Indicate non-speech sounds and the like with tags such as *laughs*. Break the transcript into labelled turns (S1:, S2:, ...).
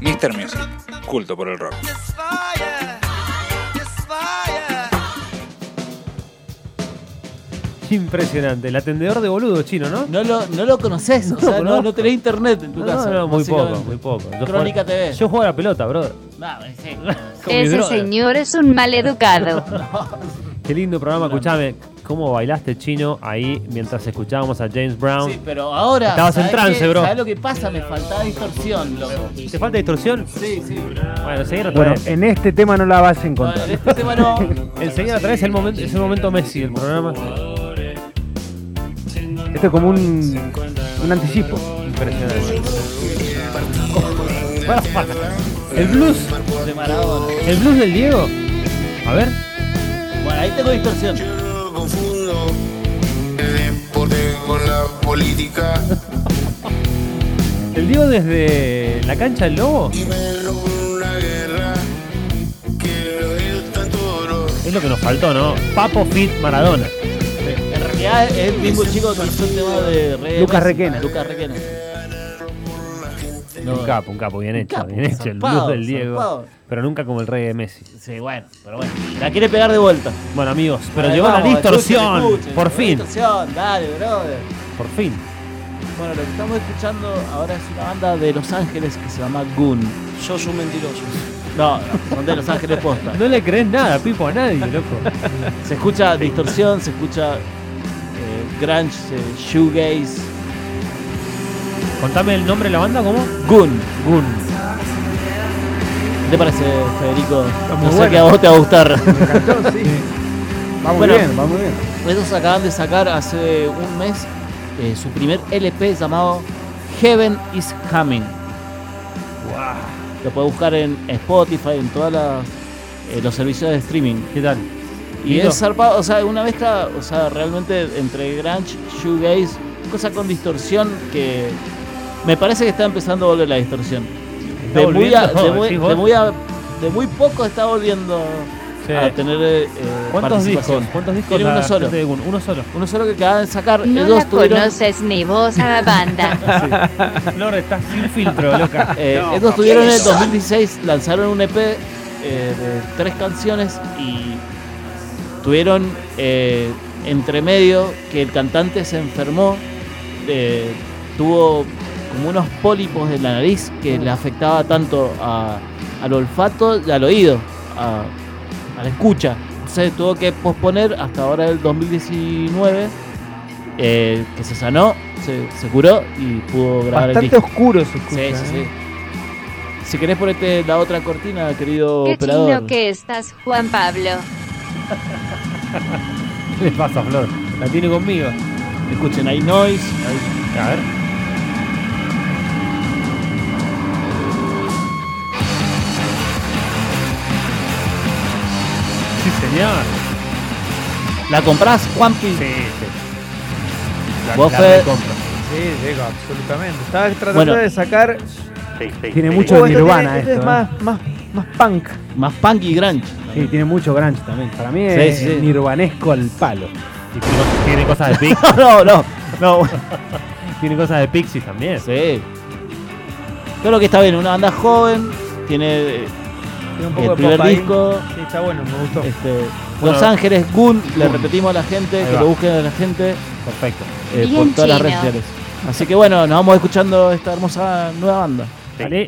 S1: Mr. Music, culto por el rock.
S2: Impresionante. El atendedor de boludo chino, ¿no?
S3: No lo, no lo conoces,
S2: No lo
S3: o sea, no,
S2: conozco.
S3: no tenés internet en tu
S2: No,
S3: casa.
S2: no, muy poco,
S3: básicamente.
S2: muy poco. Yo
S3: Crónica
S2: juego-
S3: TV.
S2: Yo juego a la pelota, brother.
S3: Nah, sí.
S2: *laughs* Con mi
S4: Ese
S2: brother.
S4: señor es un maleducado.
S2: Qué lindo programa, escuchame. ¿Cómo bailaste chino ahí mientras escuchábamos a James Brown?
S3: Sí, pero ahora.
S2: Estabas en
S3: ¿sabés
S2: trance,
S3: qué?
S2: bro.
S3: ¿Sabés lo que pasa? Me faltaba distorsión, loco.
S2: ¿Te falta distorsión?
S3: Sí, sí.
S2: Bueno, enseguida otra
S5: Bueno,
S2: vez.
S5: en este tema no la vas a
S3: No,
S5: encontrar.
S3: en este
S2: *laughs*
S3: tema no.
S2: Enseguida otra vez el momento, es el momento Messi del programa.
S5: Esto es como un, un anticipo.
S2: Impresionante. El blues,
S3: De Maradona.
S2: el blues del Diego. A ver,
S3: Bueno, ahí tengo distorsión.
S6: Yo confundo el deporte con la política
S2: el Diego desde la cancha del Lobo
S6: y me robo una guerra que no es tanto dolor.
S2: es lo que nos faltó, ¿no? Papo Fit Maradona.
S3: En realidad es el mismo chico que hizo el tema de Reyes.
S5: Lucas Requena.
S3: Lucas Requena. No,
S2: Un capo, un capo, bien hecho,
S3: capo,
S2: bien hecho. El blues
S3: zarpado,
S2: del Diego.
S3: zarpado.
S2: Pero nunca como el rey de Messi.
S3: Sí, bueno, pero bueno. La quiere pegar de vuelta.
S2: Bueno, amigos, pero
S3: Ahí
S2: llegó la
S3: vamos,
S2: distorsión.
S3: escuchen, escuchen,
S2: por
S3: llegó la
S2: fin,
S3: Distorsión, dale, brother.
S2: por fin.
S3: Bueno, lo que estamos escuchando ahora es una banda de Los Ángeles que se llama Goon.
S7: Sos un mentiroso.
S3: No, no, son de Los Ángeles Posta.
S2: No le crees nada, Pipo, a *laughs* nadie, loco.
S3: Se escucha distorsión, se escucha eh, grunge, eh, shoegaze.
S2: Contame el nombre de la banda, ¿cómo?
S3: Goon.
S2: Gun.
S3: ¿Qué te parece, Federico?
S5: muy
S3: No sé
S5: bueno.
S3: qué a vos te va a gustar.
S5: Me encantó, *laughs* sí. Va muy
S3: Bueno.
S5: bien, va muy bien.
S3: Ellos acaban de sacar hace un mes eh, su primer LP llamado Heaven is Coming. Lo puedes buscar en Spotify, en todos los servicios de streaming.
S2: ¿Qué tal?
S3: Y
S2: Lindo.
S3: es zarpado, o sea, una mezcla, o sea, realmente entre grunge, shoegaze, cosa con distorsión que me parece que está empezando a volver la distorsión. De muy, a-
S2: volviendo?
S3: de, muy,
S2: ¿Decís vos?
S3: de muy a- de muy poco está volviendo
S2: Sí.
S3: a tener eh,
S2: ¿Cuántos discos?
S3: participación.
S2: ¿Cuántos discos?
S3: Tiene
S2: la
S3: uno solo.
S2: gente de Gun? Uno *laughs* solo.
S3: Uno solo que acaban de sacar.
S4: No
S3: ellos
S4: la
S3: tuvieron,
S4: conoces ni vos a la banda.
S2: Flor, estás sin *laughs* filtro, loca.
S3: eh, ellos tuvieron en el 2016, lanzaron un EP eh, de tres canciones y tuvieron eh, entre medio que el cantante se enfermó, eh, tuvo como unos pólipos en la nariz que le afectaba tanto a- al olfato y al oído, a, a la escucha. Entonces tuvo que posponer hasta ahora el 2019, eh, que se sanó, se, se curó y pudo grabar el
S5: Bastante
S3: disco.
S5: oscuro se escucha.
S3: Sí, sí, sí.
S5: ¿eh?
S3: Si querés ponerte la otra cortina, querido
S4: Qué
S3: operador.
S4: chino que estás, Juan Pablo.
S2: ¿Qué le pasa, Flor? La tiene conmigo.
S3: Escuchen, hay noise. hay-
S2: A ver. Sí, señor.
S3: ¿La comprás, Juanpi?
S2: Sí, sí. La,
S3: Vos,
S2: la
S3: Fede.
S2: recompro.
S5: Sí, Diego, absolutamente. Estaba tratando
S3: Bueno.
S5: de sacar. Tiene Oh, mucho esto de
S3: este
S5: Nirvana tiene- esto. esto es ¿eh? más, más, más punk.
S3: Más punk y grunge.
S5: Sí, tiene mucho grunge también. Para mí
S3: Sí,
S5: es
S3: sí, sí.
S5: nirvanesco al palo.
S2: Y tiene cosas- tiene cosas *laughs* de Pix.
S3: no, no.
S2: no. *laughs* tiene cosas de Pixies también.
S3: Sí. Todo lo que está bien, una banda joven, tiene eh,
S5: Tiene un
S3: el primer
S5: pop ahí.
S3: disco.
S5: Sí, está bueno, me gustó.
S3: este,
S2: Bueno.
S3: Los Ángeles, Goon, le repetimos a la gente,
S2: Ahí
S3: que
S2: va.
S3: lo busquen a la gente
S2: Perfecto.
S3: eh,
S4: Bien
S3: por todas las
S4: chino.
S3: redes sociales. Así que bueno, nos vamos escuchando esta hermosa nueva banda.
S2: Vale.